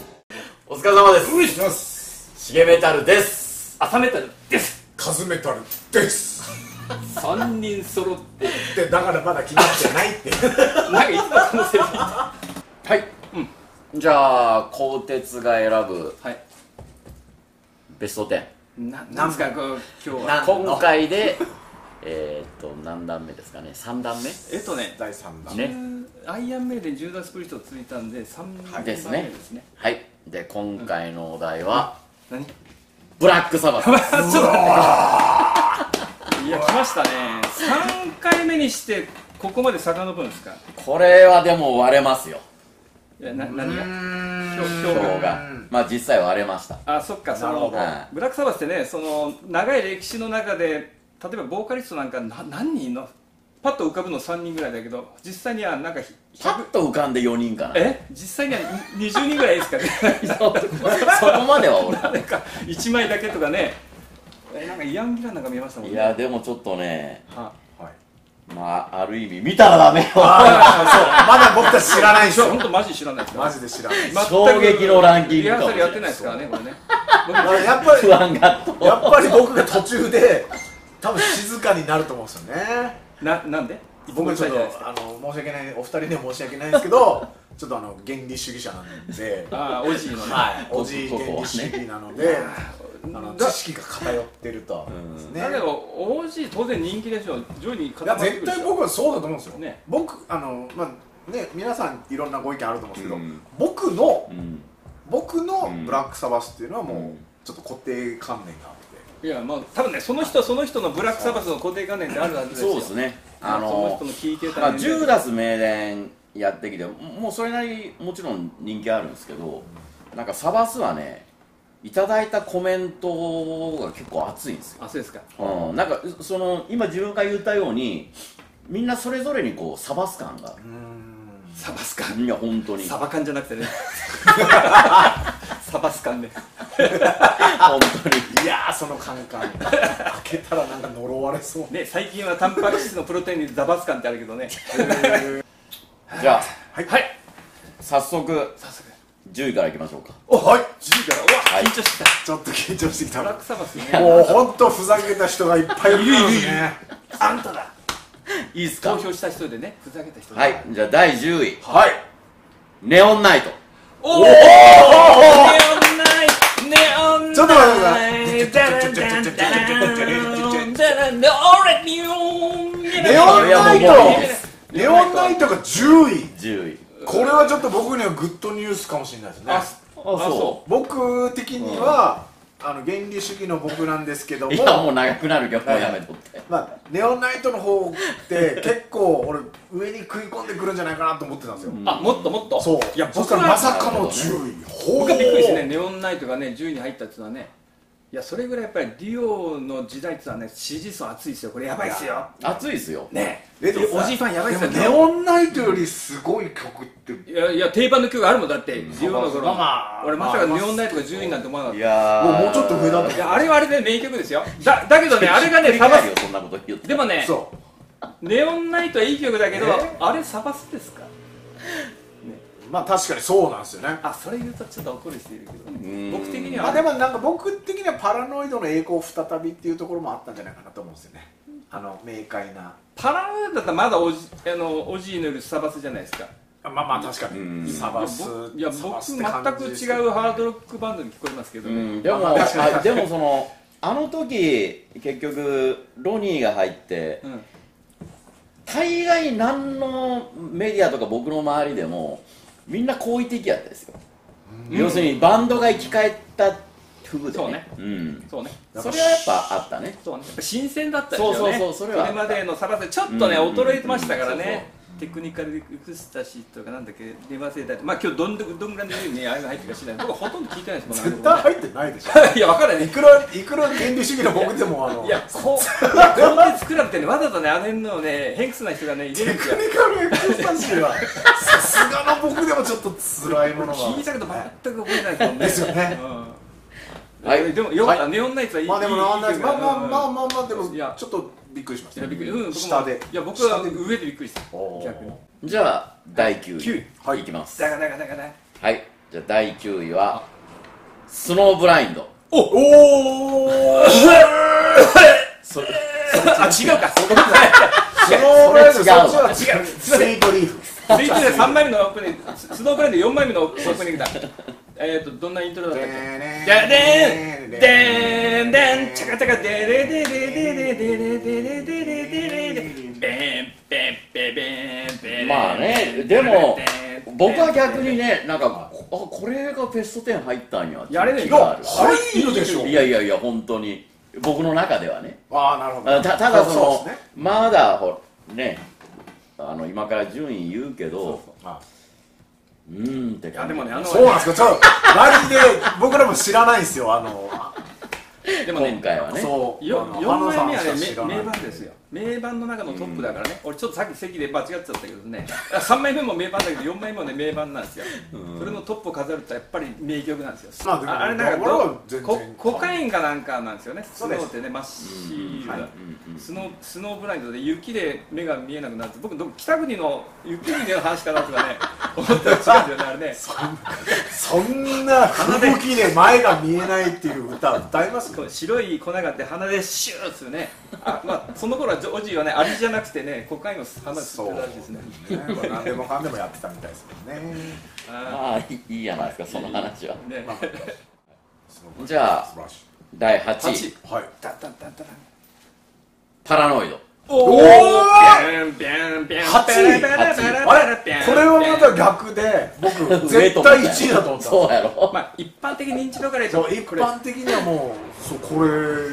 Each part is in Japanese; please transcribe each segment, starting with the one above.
疲れ様ですお願いしますシゲメタルです朝メタルですカズメタルです3人揃ってでだからまだ決まってないってなんかいつもこのセリフはい、じゃあ鋼鉄が選ぶはいベスト10ななんですかこう今日なはん今回で えーっと何段目ですかね3段目えっとね第3弾ねアイアンメイデン10ダスプリットついたんで3番目でですすねねはいで今回のお題は、何 ブラックサバスですあちょっと待っていや来ましたね3回目にしてここまで遡るんですかこれはでも割れますよいやな何が票うんがまあ実際割れましたあそっかそなるほのどはいブラックサバスってねその長い歴史の中で例えばボーカリストなんかな何人いんのパッと浮かぶの3人ぐらいだけど実際にはなんかひパッと浮かんで4人かなえ実際にはに20人ぐらいですかね そこまではなんか1枚だけとかねえなんかイアン・ギランなんか見えましたもん俺ねいやでもちょっとねは はいまあある意味見たらダメよあそうまだ僕たち知らないでしいやょ本当マジ知らないですマジで知らない全く衝撃のランキングリかハもしれなーサいルやってないですからねこれね僕まあやっぱり不安がとやっぱり僕が途中で多分静かになると思うんですよねななんで僕ちょっごめんなさいじゃないですとあの申し訳ないお二人には申し訳ないんですけ どちょっとあの原理主義者なんでああおじいのねはいおじいここ原はね理主義なのであの知だ識が偏ってるとですねだけど OG 当然人気でしょ上位にい固やまってく絶るでし対ょ僕はそうだと思うんですよ、ね僕あのまあね皆さんいろんなご意見あると思うんですけど、うん僕のうん僕のうんブラックサバスっていうのはもう、うんちょっと固定観念があっいやまあ多分ねその人その人のブラックサバスの固定観念ってあるはずですよそうですねああののその人の聞いてたまあ、年ジュー齢ダス名電やってきてもうそれなりにもちろん人気あるんですけどなんかサバスはねいただいたコメントが結構熱いんですよ、あそうですかうん、なんかその今自分が言ったようにみんなそれぞれにこうサバス感があてうーんサバス感るいや本当にサバ缶じゃなく てねサバス缶ね本当にいやーその感覚開けたらなんか呪われそうね最近はタンパク質のプロテインにザバス感ってあるけどねじゃあはいはい早速早速10位からいきましょうかおはい10からうわ、はい緊張してきたちょっと緊張してきたブラッもクサバスねうほんとふざけた人がいっぱいいるんですねあんただいいです投か票した人でねふざけた人ではいじゃあ第10位はいネオンナイトおおネオンナイトネオンナイトちょっと待ってくださいネオンナイいやもうもういいでトネオンナイトが10位10位これはちょっと僕にはグッドニュースかもしれないですねああそ僕的には、あの原理主義の僕なんですけどもいやもう長くなるけどもうやめとってまあ、ネオナイトの方って結構俺上に食い込んでくるんじゃないかなと思ってたんですよ、あもっともっとそういやそし僕たはらまさかの10位、ほ僕はびっくりですねネオンナイトがね10位に入ったっていうのはねいやそれぐらいやっぱりデュオの時代っていうのはね支持層熱いですよこれやばいですよ熱いですよねえでもおじいファンやばいですでよもネオンナイトよりすごい曲っていやいや定番の曲があるもんだってデュオのまあまあ頃俺まさかネオンナイトが10位なんて思わなかっいたやもうもうちょっと上だといやあれはあれで名曲ですよだだけどねあれがねササババスよそんなこと言ってでもねそうネオンナイトはいい曲だけどえあれサバスですかまあ確かにそうなんですよねあそれ言うとちょっと怒る人いるけどーんね僕的にまはあでもなんか僕的にはパラノイドの栄光再びっていうところもあったんじゃないかなと思うんですよねあの明快なパラノイドだったらまだおじあのおじいのよりサバスじゃないですかまあまあ確かうんにサバスいやサ僕バスって全感くじですけ違どうハードロックバンドに聞こえますけどうねんでもまあまあ確かにあでもそのあの時結局ロニーが入ってうん大概何のメディアとか僕の周りでもみんな好意的やったですよ要するにバンドが生き返った風でそうねねうんそうねそれはやっぱあったねそうねやっぱ新鮮だったんですよねそうそうそうそれはあったまでのサバスちょっとねうんうんうん衰えてましたからそうそうねテクニカルエクスタシーとかなんだっけレバーセーターとかまあ今日どんどんどんぐらいの時にねあれが入ってるか知らない僕ほとんど聞いてないですもん絶対入ってないでしょいや分からないいくらいくら原理主義の僕でもあのいや、こう、いやコンテンツクラブってね、わざとね、あの辺のね、偏屈な人がね、入れるんテクですよ。ニカルエクスタシーはさすがの僕でもちょっと辛いものが聞いたけど、全く覚えてないですもんね。ですよねうん。はいでも、よかった、はネオンナイツはいい。まあでもなんだいいまあまあまあうんまあまあでもいやちょっとびっくりしましいたや、びっくり、うん、僕も下でいや、僕は下で上でびっくりした。逆に。じゃあ第9位九位はいいきますだから、だから、だから。はいじゃあ第9位はスノーブラインドおおーそれあ違うかそこスノーブライドそっち違うは違うスイートリーフスイートで3枚目のオープニングススノーブラインで4枚目のオープニングだえっとどんなイントロだったっけででんでんでんチャカチャカでれでれでれでれでれでれでれでべんべんべんべんべんまあねでも僕は逆にねなんかこあこれがベスト10入ったんやっていうやれねえ気いがあやる入るでしょいやいやいや本当に僕の中ではねああなるほあどたただそのうですねまだほらねあの今から順位言うけどあうーんっていや感でじもねあのそうなんですかちょっとマジで僕らも知らないんですよあので今もね回はねそうよあの4花さん枚目はねしか知らな名い名盤ですよ名盤の中のトップだからね、俺ちょっとさっき席で間違っちゃったけどね3枚目も名盤だけど4枚目もね名盤なんですよ、それのトップを飾るとやっぱり名曲なんですよ、まあでもれなんか俺はど全然ココカインかなんかなんですよねスそうノですーってね真っ白だ、うんはいうんうんスノースノーブラインドで雪で目が見えなくなって僕ど北国の雪国の話かなとかね思ったら違うんだよねあれねそんな吹雪で前が見えないっていう歌歌いますかこう白い粉があって鼻でシューッするねあ、まあ、その頃はジョおじいはねアリじゃなくてねコカインを鼻で吸そっうてたらしいですねね何でもかんでもやってたみたいですもんねあまあいいいいじゃないですかその話はーねまあじゃあ素晴らし第8位八いはいタンタンタンタンパラノイドおおービャンビャンビャン八位ビャンビャンビャンビャンあれこれはまビャンた逆で 僕上と絶思った対よ1位だと思ったそうやろまあ一般的認知度から言うそとう一これ般的にはもうそうこれ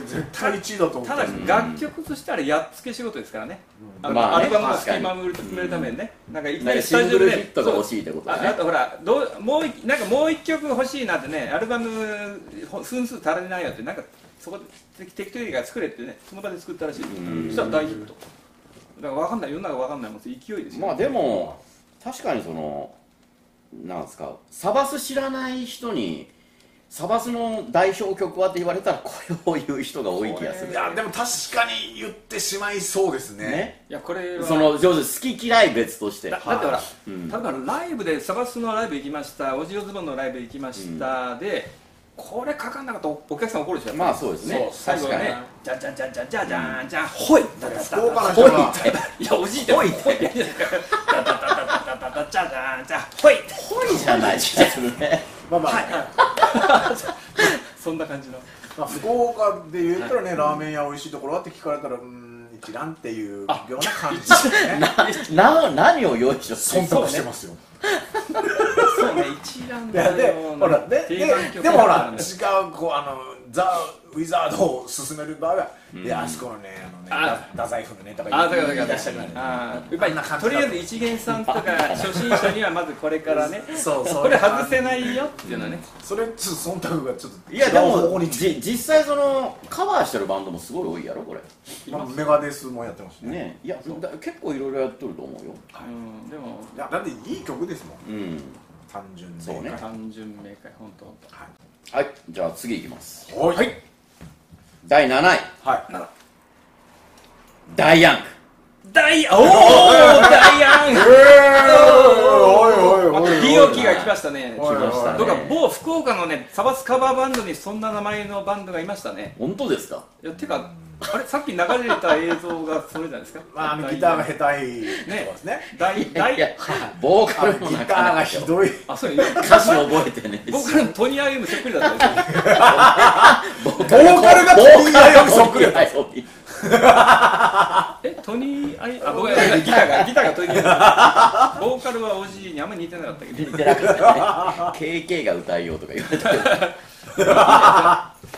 絶対1位だと思ったただんですよ楽曲としてあれやっつけ仕事ですからねあのまあアねルバムの確スかキにマを埋めるためにねなんかいきななんりかスシタンジグオでルねヒットが欲しいってことあだあねとほらどうもういなんかもう一曲欲しいなってねアルバムほ寸数足りないよってなんかそこで適当にが作れってねその場で作ったらしいんそしたら大ヒットだから分かんない世の中分かんないもん勢いですよ、まあでも確かにそのなんですかサバス知らない人にサバスの代表曲はって言われたらこれを言う人が多い気がすいるやでも確かに言ってしまいそうですねねいやこれはその上手好き嫌い別としてだだってほら、はうん例えばライブでサバスのライブ行きましたオジオズボンのライブ行きました、でこれかかんなかったらおお客さん怒るでしょまあそうですね最後は確ねかにじゃんじゃんじゃんじゃんじゃんじゃんじゃんほいだだだ福岡のだ人ほいはっていやおじいだよほいだだだだだだじゃんじゃんじゃんほいほいじゃない気がするねまあまあ、そんな感じのまあ福岡で言ったらね、ラーメン屋美味しいところはって聞かれたらうーん一覧っていうような感じです ねな何を用意しよう忖度してますよそうね一覧いやだ でよほらでで定番曲でもほらね違うこうあのザ・ウィザードを進める場合は、いやあそこのねあのねあ太宰府のネタがあだから言だいか出らしたくなるあーやっぱりあんな感じとだりあえず一元さんとか初心者にはまずこれからねそうそうこれ外せないよっていうのはねそれちょっと忖度がちょっといやで違う方向もにじ実際そのカバーしてるバンドもすごい多いやろこれまあメガデスもやってますねねいやだ結構いろいろやっとると思うようんでもいやだっていい曲ですもんうん単純でそうね単純明快本当本当はいじゃあ次いきますはいはい第7位はいダイアンクダイアンおおダイアンえーおいおいおいおいおいおい利用期が来ましたねおいおい来ましたねどうか某福岡のねサバスカバーバンドにそんな名前のバンドがいましたね本当ですかいやてかあれさっき流れた映像がそれじゃないですかま ああのギターが下手い人ですねダイダいやイボーあカのルもギなかターながかひどいあそうよ歌詞覚えてねえし僕らのトニー・アイムそっくりだったんですよボーカルボーカルがトニーアイアムそっくりボーカルがトニーアイアムえトニー・アイあ僕らギターがギターがトニー・アイムボーカルはおじいにあんまり似てなかったけど似てなか ったね KK が歌いようとか言われたけど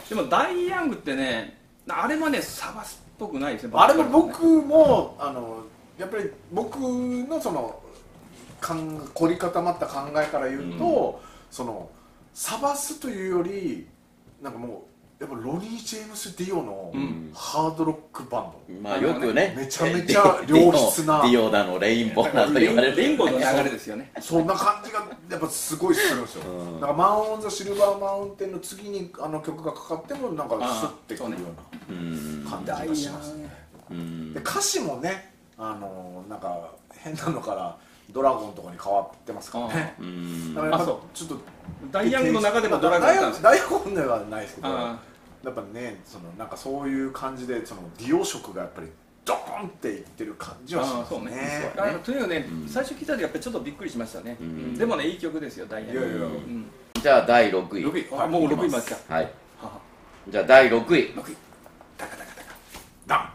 でもダイヤングってねあれもねサバスっぽくないですねあれも僕もあのやっぱり僕のそのかん凝り固まった考えから言うと、そのサバスというよりなんかもうやっぱロニー・ジェームス・ディオのうんハードロックバンド、まあよくねめちゃめちゃ良質な ディオだのレインボーだのレイ言ンわれるレインボーの流れですよねそんな感じがやっぱすごいするんですよ、うんなんかマン・オン・ザ・シルバー・マウンテンの次にあの曲がかかってもなんかスッてくるよううんな感じがしますねうんで歌詞もねあのーなんか変なのからドラゴンとかに変わってますからねうだかんらやっぱあそちょっとダイヤモンドの中でもドラゴンだったんですよダイヤモンドではないですけどあやっぱねそのなんかそういう感じでそのディオ色がやっぱりドーンっていってる感じはしますあーそうねねだからとにかくね、うん最初聞いた時やっぱりちょっとびっくりしましたね、うんでもねいい曲ですよダイヤモンドいやいやうん、じゃあ第6位六位あもう六位まで来たはいはじゃあ第6位あ6位タカタカタカダン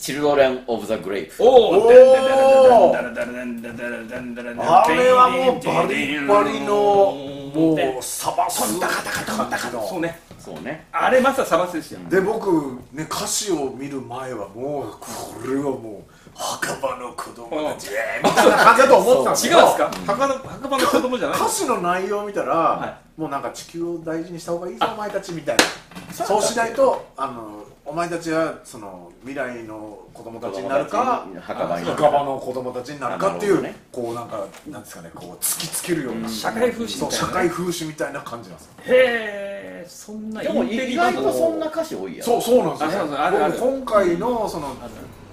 チルドレン・オブ・ザ・グレイプおおーおあれはもうバリッバリのもうサバスダカダカダカダカのそうねそうねあれまさサバスですよで僕ね歌詞を見る前はもうこれはもう墓場の子供たちみたいな感じだと思ったんです違けうどんですか墓の墓場の子供じゃない歌詞の内容を見たら、はもうなんか地球を大事にした方がいいぞお前たちみたいなそうしないとあのお前たちはその未来の子供たちになるか墓場になる墓場の子供たちになるかっていう、なるこうなんかなんですかねこう突きつけるような、社会風刺みたそいなうね社会風刺みたいな感じなんですよへえそんなでもインテ意リバ外ンドとそんな歌詞多いやんそうそうなんですあそようそうあるある僕今回のそのある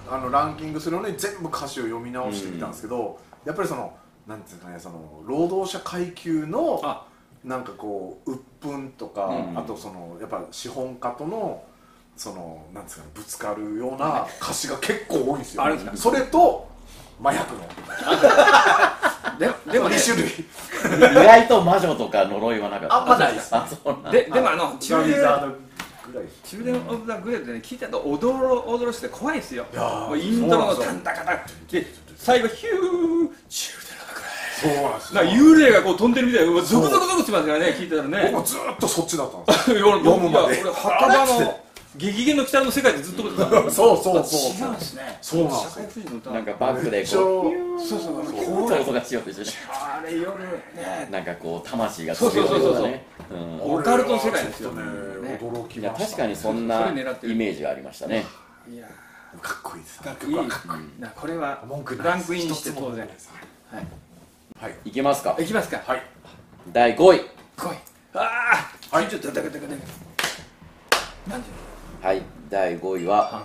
あのランキングするのに全部歌詞を読み直してみたんですけど、やっぱりそのなんていうんですかねその労働者階級のあなんかこう鬱憤とか、うんあとそのやっぱ資本家とのそのなんですかねぶつかるような歌詞が結構多いんですよ。あるんですかそれと麻薬のででもね2種類。意外と魔女とか呪いはなかったあんまないですあそうなんででもあのチュー中リ年ーザードぐらい。チルデン・オブ・ザ・グレートね聞いたとおどろおどろして怖いですよやーもうイントロのそうタなんンですよタカタで最後ヒューチルデン・そオブ・ザ・グレーうなんですトよなんか幽霊がこう飛んでるみたいなうわゾクゾクゾクしますからね聞いてたらね僕もずーっとそっちだったんですよ。 いや俺読むまでいや俺墓場あれっつっの激減の北の世界でずっと思ってたそうそうそう違うんですねそうなんですよ社会主義の歌なんかバックで一こ応うそうそうそうこう音がしようとしてあれ夜ね なんかこう魂がそう強いそうそうそよううなねうんオカルトの世界ですよねね驚きいやました確かにそんそなれイ狙ってるメージがありましたねいやかっこいいですかっこいい曲はかっこいいなこれは文句ないランクインして当然一つもはいいきますかはいいきますかはい第5位来いああはいちょっとダカダカダカなんではい第5位は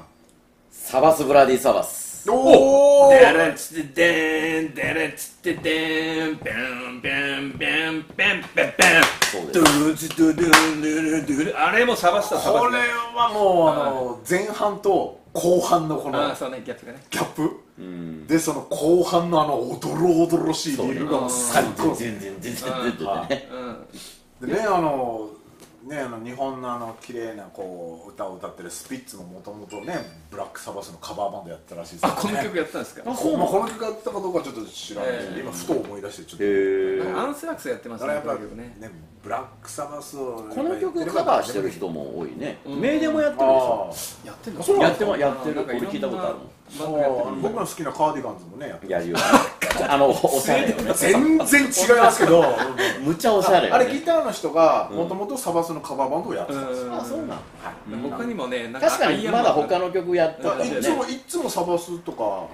サバス・ブラディ・サバスおデーレンツテデンデレンツテデンペンペンペンペンペンペそうンですドゥズドゥドゥンドゥルドゥルあれもサバスタサバこスれはもうあの前半と後半のこタああのそうねギャップがねギャップうんでその後半のあのおどろおどろしいリールがもう最高です全然全然全然ねうんでねあのねあの日本のあの綺麗なこう歌を歌ってるスピッツももともとねブラックサバスのカバーバンドやってたらしいですあよねこの曲やったんですかあそうまあこの曲やったかどうかはちょっと知らないですけどええ今ふと思い出してちょっと へえアンスラックスやってまだすからねやっこのぱ曲ねねブラックサバスをこの曲カバーしてる人も多いねうんメイデもやってるでしあょあそやってんのやってもやってるなんかいろんな俺聞いたことあるもんバンドやってう僕の好きなカーディガンズもねやってやるよ あのおしゃれよね全然違いますけどむちゃ おしゃれよあねれギターの人がうんもともとサバスのカバーバンドをやってたんですよるあそうなのうんうん他にもねなん確かにまだ他のの曲やってだたんかだらいよつもねいつもサバスとかあうのん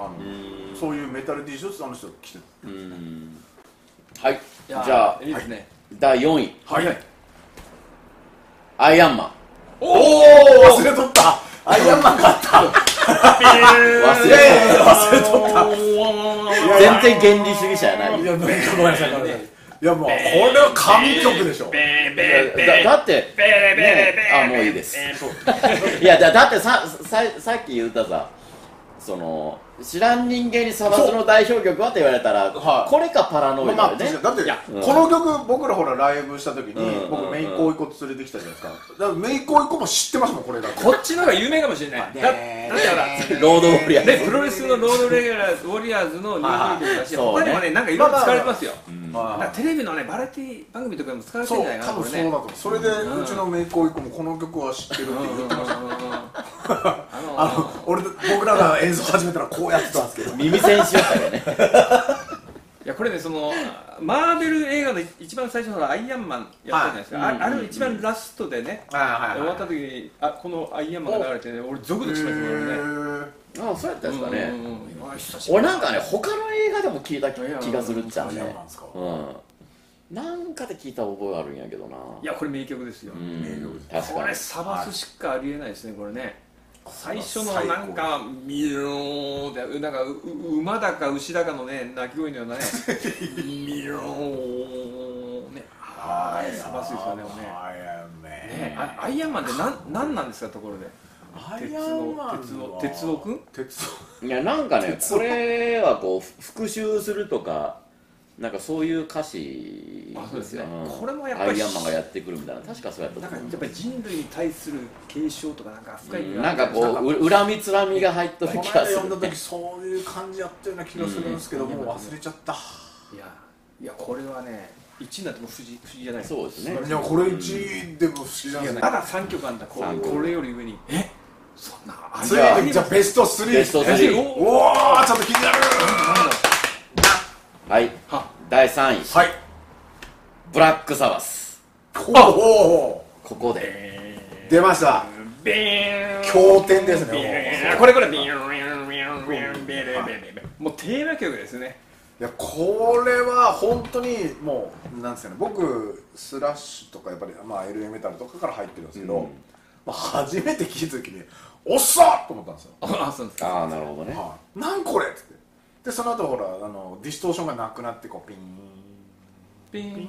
そういうメタル D ショーツの人が来てうんはいじじゃゃあいいですね第4位はいアイアンマンおおおお忘れとったアイアンマンがあった忘忘れ忘れとったた全然原理主義者やないいやごめんなさいごめんなさいいやもうこれは神曲でしょだだってねあもういいですいやだだってさささっき言ったさその知らん人間にサバスの代表曲はって言われたら、はいこれかパラノイドまあまだあ、よね、確かにだいやって、この曲僕らほらライブした時うんうんに僕めいっ子おいっ子連れてきたじゃないですかだからめいっ子おいっ子も知ってますもんこれだってこっちの方が有名かもしれないだだってほらロードウォリアーズねプロレスのロードレギュラーズウォリアーズのニュー曲だしあーそう他ねにもねなんかいろいろ使われてますようんまあだからテレビのねバラエティ番組とかでも使われてそるんうじゃないか多な分そうだこれねと思うそれでうんうちのめいっ子おいっ子もこの曲は知ってるってうんうんうん言うっんてましたああの俺僕らが演奏始めたらこうやってたんですけど耳栓しよったよねのいやこれねそのマーベル映画の一番最初のほらアイアンマンやったじゃないですかはいああうんうんれうん一番ラストでね終わった時にあこのアイアンマンが流れてね俺ゾクゾクしましたもんね あそうやったんですかね、うんうんうんうわ久しぶ俺りなんかね他の映画でも聞いた気いや気がするっちゃういやねなんすかうんなんかで聞いた覚えあるんやけどないやこれ名曲ですようん名曲で確すこかれにサバスしかありえないですねこれね最初のなんか「ミョー」ってなんかうう馬だか牛だかのね鳴き声のようなね「ミョー」ねあれサバスですよねもうねねあアイアンマンってなんなんなんですかところで鉄の鉄の鉄尾くん鉄いやなんかね鉄これはこうふ復習するとかなんかそういう歌詞あそうですねんこれもやっぱりアイアンマンがやってくるみたいな確かそうやったなんとかや思うっぱり人類に対する警鐘とかなんか深い意味がなあんるかこうう恨みつらみが入っと尾るこの気間がす読んだるね時そういう感じやったような気がするんですけど、うんもう忘れちゃった、いやいやこれはね1になっても不思議不思議じゃないそうですねいやこれ1でも不思議じゃないまだ3曲あんだこ三曲これより上にえそんなあつれいにじゃあベスト3ベストえ3おおおちょっと気になるはいは第3位はいブラックサバスおおここで出ましたビーン経典ですねビーンもうこれこれビーンビーンビーンビーンビーンビーンビーンビーンもうテーマ曲ですねいやこれは本当にもうなんですかね僕スラッシュとかやっぱり、まあ、LA メタルとかから入ってるんですけど、うんまあ、初めて聞いた時に「おっさっ!」と思ったんですよあそうですかああなるほどねはいなんこれっつってでその後ほらあのディストーションがなくなってこうピーンビーン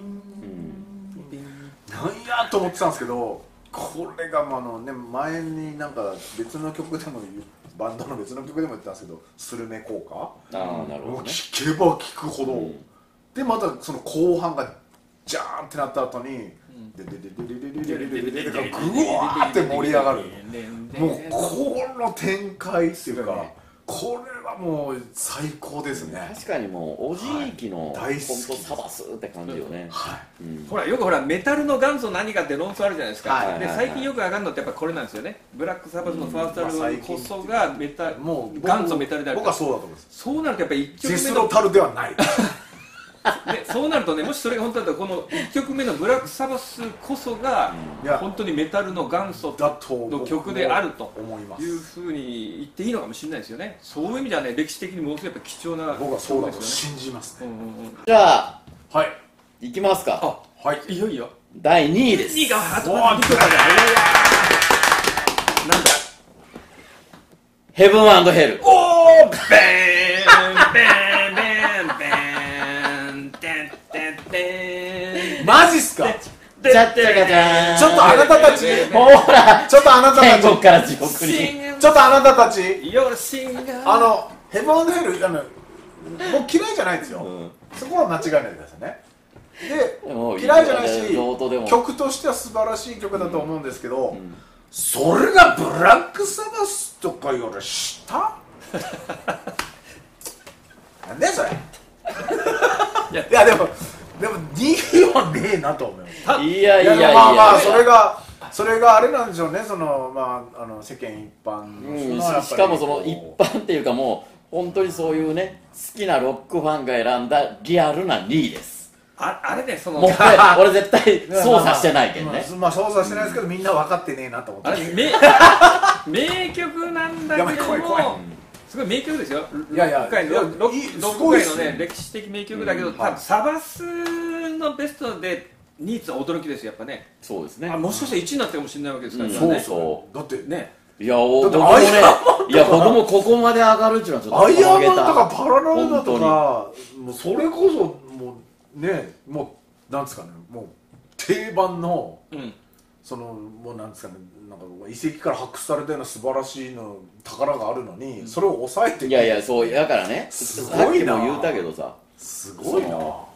ピンなんやと思ってたんですけどこれがまああのね前になんか別の曲でも言うバンドの別の曲でも言ってたんですけどスルメ効果ああなるほもどうね聞けば聞くほど、うんでまたその後半がジャーンってなった後にでででででででででででででぐわーって盛り上がるもうこの展開っていうかこれはもう最高ですね確かにもうおじいきの本はい大好当きサバスって感じよねはいうんほらよくほらメタルの元祖何かって論争あるじゃないですか、はいではいはい最近よく上がるのってやっぱこれなんですよねブラックサバスのファーストアルバムこそまあがメタルもう僕元祖メタルである僕はそうだと思うんですそうなるとやっぱ1ゼ曲目スのロタルではないね、そうなるとねもしそれが本当だったらこの1曲目の「ブラックサバス」こそがいや本当にメタルの元祖だと僕もの曲であると思いますいうふうに言っていいのかもしれないですよねそういう意味ではね歴史的にものすごいやっぱ貴重な僕はそうだとですよね信じますうねんうんうんじゃあはいいきますかあはいいよいよ第2位です2位があとおー2曲だねなんだヘブンヘルおーベーンベーンベーンベーンテンテンテンマジっすかちゃっちゃかちゃーんちょっとあなたたちほらちょっとあなたた天ち国から地獄シにンちょっとあなたたちよしんがあのヘブンヘルあの僕嫌いじゃないですよ、んそこは間違いないですよねでもう嫌いじゃないしどうとでも曲としては素晴らしい曲だと思うんですけど、んそれがブラックサバスとかよ り下なんでそれ いやでもでも2位はねえなと思いますいやいやいやまあまあいそやれがそれがあれなんでしょうねそのまああの世間一般の人のやっぱうりんしかもそのこう一般っていうかもう本当にそういうね好きなロックファンが選んだリアルな2位ですああれねそのもうこれ 俺絶対操作してないけどねまあ、まあ操作してないですけど、みんな分かってねえなと思ってあ れ名名曲なんだけやばいど怖い怖いもすごい名曲ですよいやいやロック界のいやロいいックロッすごいっク界すのねね歴史的名曲だけどうん多は分いサバスのベストでニーツは驚きですよやっぱねそうですねあもしかしたら1位になってるかもしれないわけですからうんねそうねそうだってねいやおだって僕もアねイアンいや僕もここまで上がるっていうのはちょっとアイアンげたマンとかパラロイドとかもうそれこそもうねもうなんですかねもう定番の うんそのもうなんですかねなんか遺跡から発掘されたような素晴らしいの宝があるのに、それを抑えていやいやそうだからねすさっごきいなも言うたけどさすごいなそ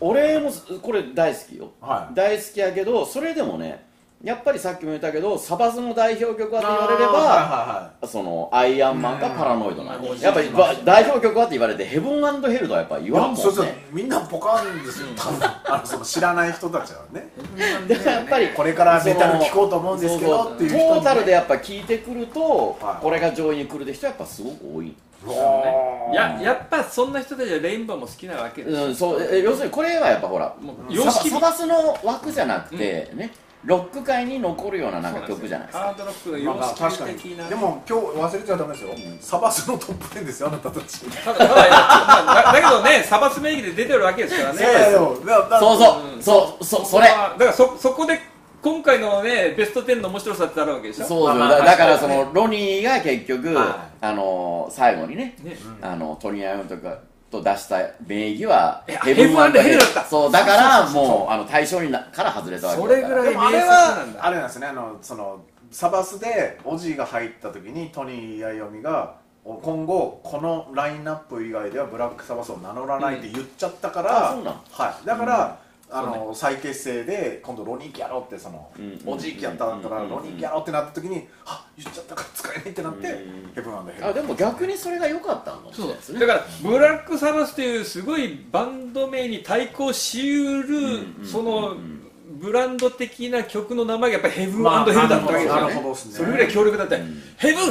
俺もこれ大好きよはい大好きやけどそれでもねやっぱりさっきも言ったけどサバスの代表曲はって言われれば、あそのアイアンマンかパラノイドなんで、うんやっぱりまあ代表曲はって言われてヘブンヘルドはやっぱ言ーはいわはいはいんもいやそうんそうねみんなポカンですよ多分あのその知らない人たちはねでもやっぱりこれからメタル聴こうと思うんですけどそっうてそいうう人にねトータルでやっぱ聞いてくると、はいこれが上位に来るって人はやっぱすごく多い、うわーいややっぱそんな人たちはレインボーも好きなわけですうん、そうえ要するにこれはやっぱほらもうサ様バ式美サバスの枠じゃなくて、ねロック界に残るようななんか曲じゃないですかハードロックまのあまあ様確か式に的なでも今日忘れちゃダメですよ、サバスのトップ10ですよあなたたちいただただまあだだけどねサバス名義で出てるわけですからねやいやでもだだそうそう、うんそうそそれまあだからそそこで今回のねベスト10の面白さってあるわけでしょそうですよまあまあだだからそ確かのにロニーが結局はあの最後にねねあのトニー・アイムとかと出した名義はいやヘブンアンドヘルだったそうだからもうあの対象になから外れたわけだそかられぐらいでもあれ名作なんはだあれなんですねあのそのサバスでオジーが入った時にトニーやよみがお今後このラインナップ以外ではブラックサバスを名乗らないって言っちゃったかうら、んあそうなのはい、だから、あその再結成で今度ロニーキやろうってその、うんオジーキやったからうんロニーキやろうってなった時にあ言っちゃったから使えないってなってうんヘブンアンドヘルあでも逆にそれが良かったのかもしれそうないでですすねねだからブラックサバスというすごいバンド名に対抗しうる、んうんそのブランド的な曲の名前がやっぱりヘブンヘルまだあったわけですよね,、なるほどですねそれぐらい強力だったよ、ヘブン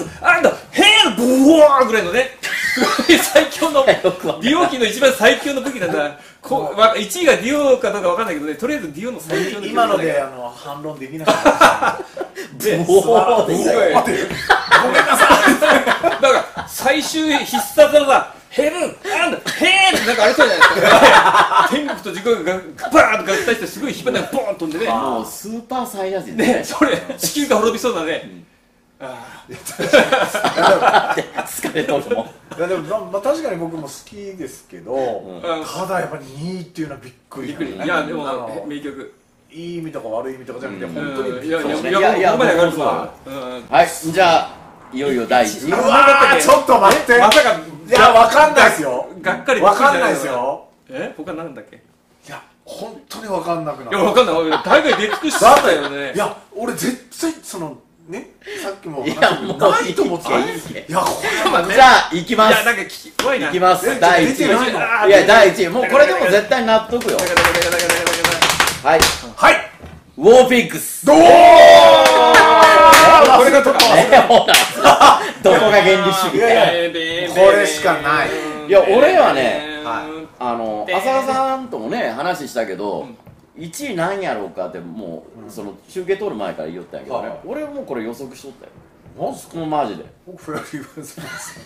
ヘルブワーぐらいの ねすごい最強のディオ機の一番最強の武器なんだこわ1位がディオかどうかわかんないけどねとりあえずディオの最強の武器今のであの反論できなかったでおーすで ごめごいんなさいだから最終必殺のさヘブンアンドヘルなんかあれそうじゃないですか天国と地獄がバーンと合体してすごい火花がボーン飛んでねもうスーパーサイヤ人だねねそれ地球が滅びそうだね、あ 疲れとるもんいやでも、まあ、確かに僕も好きですけど、んただやっぱり2位っていうのはびっくーりびっくりいあやのでもあの名曲いい意味とか悪い意味とかじゃなくて、うん本当にびっくいりやいそうやですねいやいいややもう前に上がる僕ぞもうんはいじゃあいよいよ第1位ううわーちょっと待ってえまさかいやわかんないですよがっかりわかんないですよえ他なんだっけいいや本当にわかんなくなやわかんない俺大概出尽くしだってたよねいや俺絶対そのねさっきも話いしたやけもどうないと思ってたいいいねやこれはじゃあ行きまいすやなんか聞き怖いないきますえ第1出てないの位いや第1位もうこれでも絶対納得よだからだからだからだからだからはいはいウォーピックスどうこれがとかねほらどこが原理主義いやこれしかないいや俺はねはあので浅田さんともね話したけど、1位なんやろうかってもう、その中継取る前から言おったんやけどね、はい俺はもうこれ予測しとったよなんすかもうマジで僕フェアリーバズです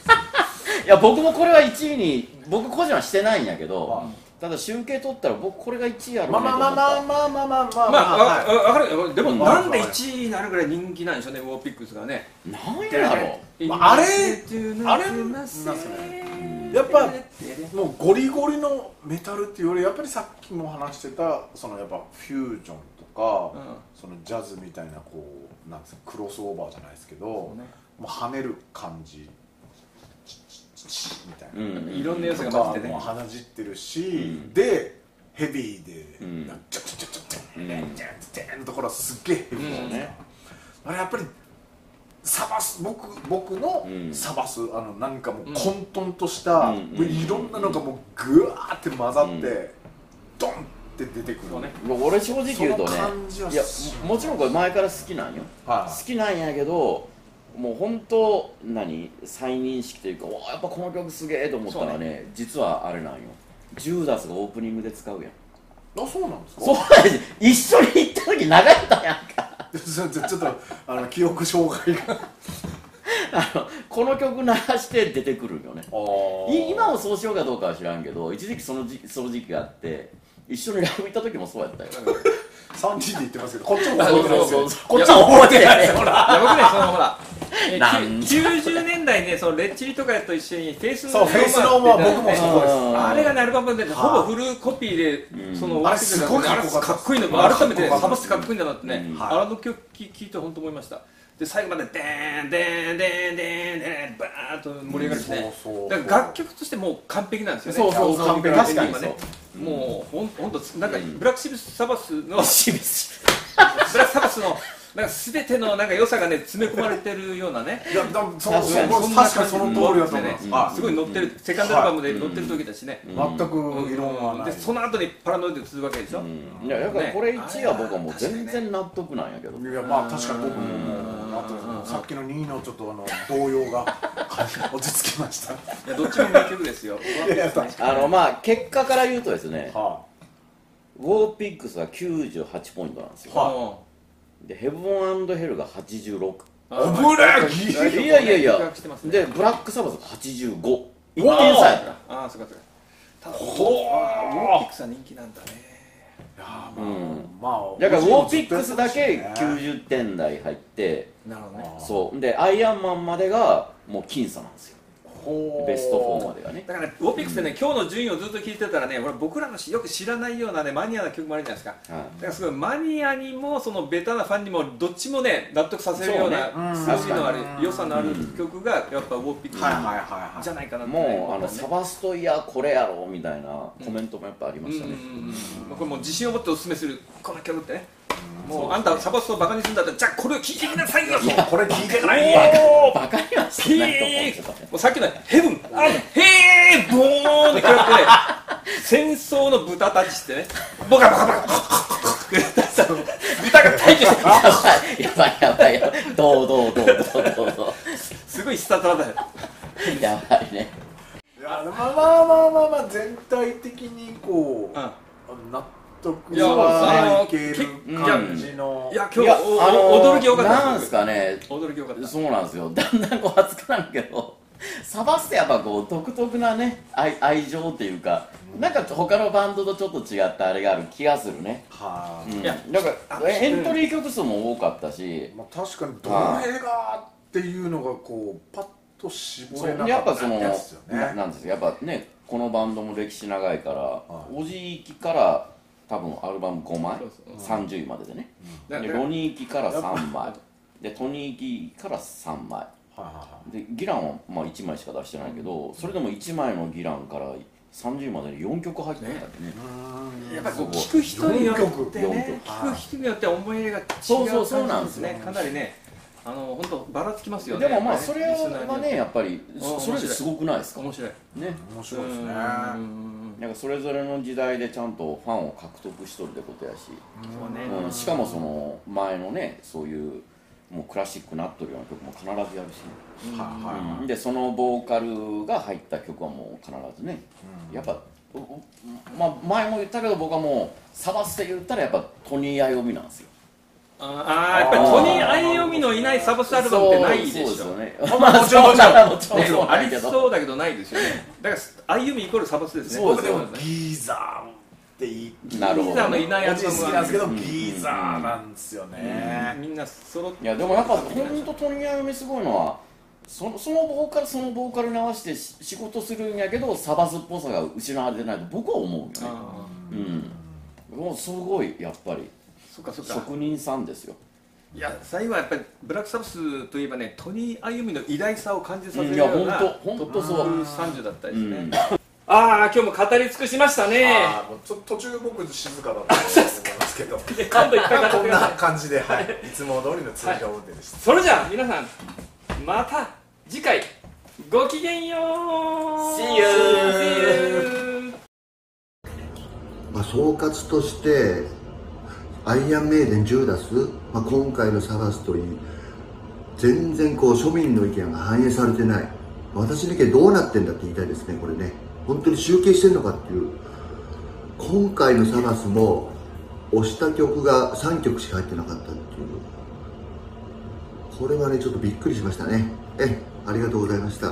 いや僕もこれは1位に僕個人はしてないんやけど、はいただ集計取ったら僕これが1位やろうまあねまとあ思ったまあまあまあまあまあまあまあ、あわかるよでも、うんなんで1位になるぐらい人気なんでしょうね、ウォーピックスがね。なんやろまああれあれなんすかねやっぱもうゴリゴリのメタルっていうよりやっぱりさっきも話してたそのやっぱフュージョンとか、うんそのジャズみたいなこうなんですかクロスオーバーじゃないですけどもうねう跳ねる感じチッチッチッチッみたいな、うんいろんな要素とかが混じってもうね。鼻じってるし、んでヘビーで、うんなんかチャチャチャチャチうャんチャチャチャのところはすっげえヘビーじゃないですか、あれやっぱりサバス僕僕のうんサバス、あのなんかもうん混沌とした、うんもういろんなのがもうグワーって混ざって、うんドンって出てくるそうねう俺正直言うとねその感じはいやももちろんこれ前から好きなんよは好きなんやけどもう本当何再認識というかおーやっぱこの曲すげえと思ったらそうね実はあれなんよジューダスがオープニングで使うやんいあそうなんですかそうなんです一緒に行った時流れたやんかちょっとちょっとあの記憶障害がああのこの曲流して出てくるよねい今はもそうしようかどうかは知らんけど一時期その時その時期があって一緒にライブ行った時もそうやったよ3人で言ってますけどこっちも覚えてないですそようそうそうこっちも覚えてないですよいやほらいや僕ね、そのほら、えなんきゅ90年代ね、そのレッチリとかと一緒にフェイスそうフェイスノーマー僕もそうですうんあれがね、アルバムでね、はいほぼフルコピーで、うんそのあれすごいかかっっこよかったこいいの、改めてねかっこよかったサバスかっこいいんだなってねう、んあの曲聴いて、本当思いました。で、最後まで、でーん、でーん、でーん、でーん、でーん、バーっと盛り上がるしね、そうそうだから楽曲としてもう完璧なんですよね、そうそうそう完璧確かに今ねもう、ほんほんと、なんか、うんブラックシビスサバスの、 ブラックサバスの、なんか、すべてのなんか良さがね、詰め込まれてるようなね。いやだからそ確かにそ確かにその通りだと思います、うんはすごい乗ってる、セカンドアルバムで乗ってる時だしね。い全く異論はない、でその後にパラノイド続くわけでしょ、うんいやだからこれ1位は僕はもう全然納得なんやけどいやまあ確かに僕ももうあとさっきの2位のちょっとあの動揺が 落ち着きましたいやどっちも名曲ですよいや確あのまあ結果から言うとですねはウォーピックスは98ポイントなんですよはでヘブンヘルが86あ危ないギリいやいやい告や白してますねでブラックサバス85一わ点お差やああそうかそうかただほうあーウォーピックスは人気なんだねやーうんまあ、だからウおォじいーもピックスだけずっとやってましたね90点台入ってなるほどねあーそうでアイアンマンまでがもう僅差なんですよほーベスト4までがねだからねウォピックスでね、今日の順位をずっと聞いてたらね俺僕らのしよく知らないようなねマニアな曲もあるじゃないですかはだからすごいマニアにもそのベタなファンにもどっちもね納得させるようそうねうなん筋のある確かに良さのある曲がやっぱウォーピックはいはいスはいはいじゃないかなっいてもうあのねサバストいやこれやろみたいなコメントもやっぱありまうんうしんたうんねうんまあこれもう自信を持ってお勧めするこの曲ってねもそううあんたサバストをバカにするんだったらじゃあこれを聴いてみなさいよとこれ聞いてないよおーバカにはしないと思うんでへすよーもうさっきのヘブンあヘーボーンって食らってね戦争の豚たちってねボカボカボカボカボカボカ豚が退去してくる やばいやばいやばいどうどうどうどうどうどすごいスタートだようやばいねいやまあまあまあまあまあ全体的にこう、うん納得いやはあのいける感じのいやい今日おお驚きよかったなんすかね驚きよかったそうなんですよだんだんこう熱くなるけどサバスってやっぱこう独特なね愛愛情っていうかなんか他のバンドとちょっと違ったあれがある気がするね、はういん、いやだからエントリー曲数も多かったし、まあ、確かにどの辺がっていうのがこうパッと絞そうれなかったやっぱそのですよねななんですよやっぱねこのバンドも歴史長いから、いおじいきから多分アルバム5枚そうそう30位まででね、だでだロニーきから3枚やっぱでトニーきから3枚はいはでギランはまあ1枚しか出してないけどそれでも1枚のギランから30までに4曲入ってたんだよねいはいやっぱこう聞く人によって四ね曲聞く人によって思い入れが違うそうそうそうなん感でじすよねかなりねあの本当ばらつきますよねでもまあそれリスナーによはってねやっぱりそうんそれですごくないですか面白いね面白いですねうんうんなんかそれぞれの時代でちゃんとファンを獲得しとるってことやし、うんそうねうん、しかもその前のねそういうもうクラシックなっとるような曲も必ずやるし、うんはいはいうんでそのボーカルが入った曲はもう必ずねやっぱおおまあ前も言ったけど僕はもうサバスで言ったらやっぱトニー・アイオミなんですよあーやっぱりトニー・アイオミのいないサブスタアルバムってないでしそうそうょですよねまあもちろんそうだもちろんねそうあだりけどそうだけどないですよねだからアイオミイコールサブスですねそう僕すでよもギーザーって言いなるほピどザのいないおアじルい好きバムはなんですけどうんギーザーなんですよねみんな揃っていやでもやっぱ本当トニー・アイオミすごいのはそのそのボーカルそのボーカルに合わせてし仕事するんやけどサバスっぽさが失われてないと僕は思うよねあーうんもうすごいやっぱりそっかそっか職人さんですよいや最後はやっぱりブラックサブスといえばねトニー・アイユミの偉大さを感じさせるようなうんいやほんとほんとそうトップ30だったりですね、うんああ今日も語り尽くしましたねあーもうちょっと途中僕静かだったと思いますけ どで今度いっぱい語っこてんくだなさい感じで、はい、いつも通りの通常運転でした。それじゃあ皆さんまた次回ごきげんよう See you See you まあ、総括としてアイアンメイデン10ダス、まあ、今回のサバスといい全然こう庶民の意見が反映されてない私の意見どうなってんだって言いたいですねこれね本当に集計してんのかっていう今回のサバスも押した曲が3曲しか入ってなかったっていうこれはねちょっとびっくりしましたねええありがとうございました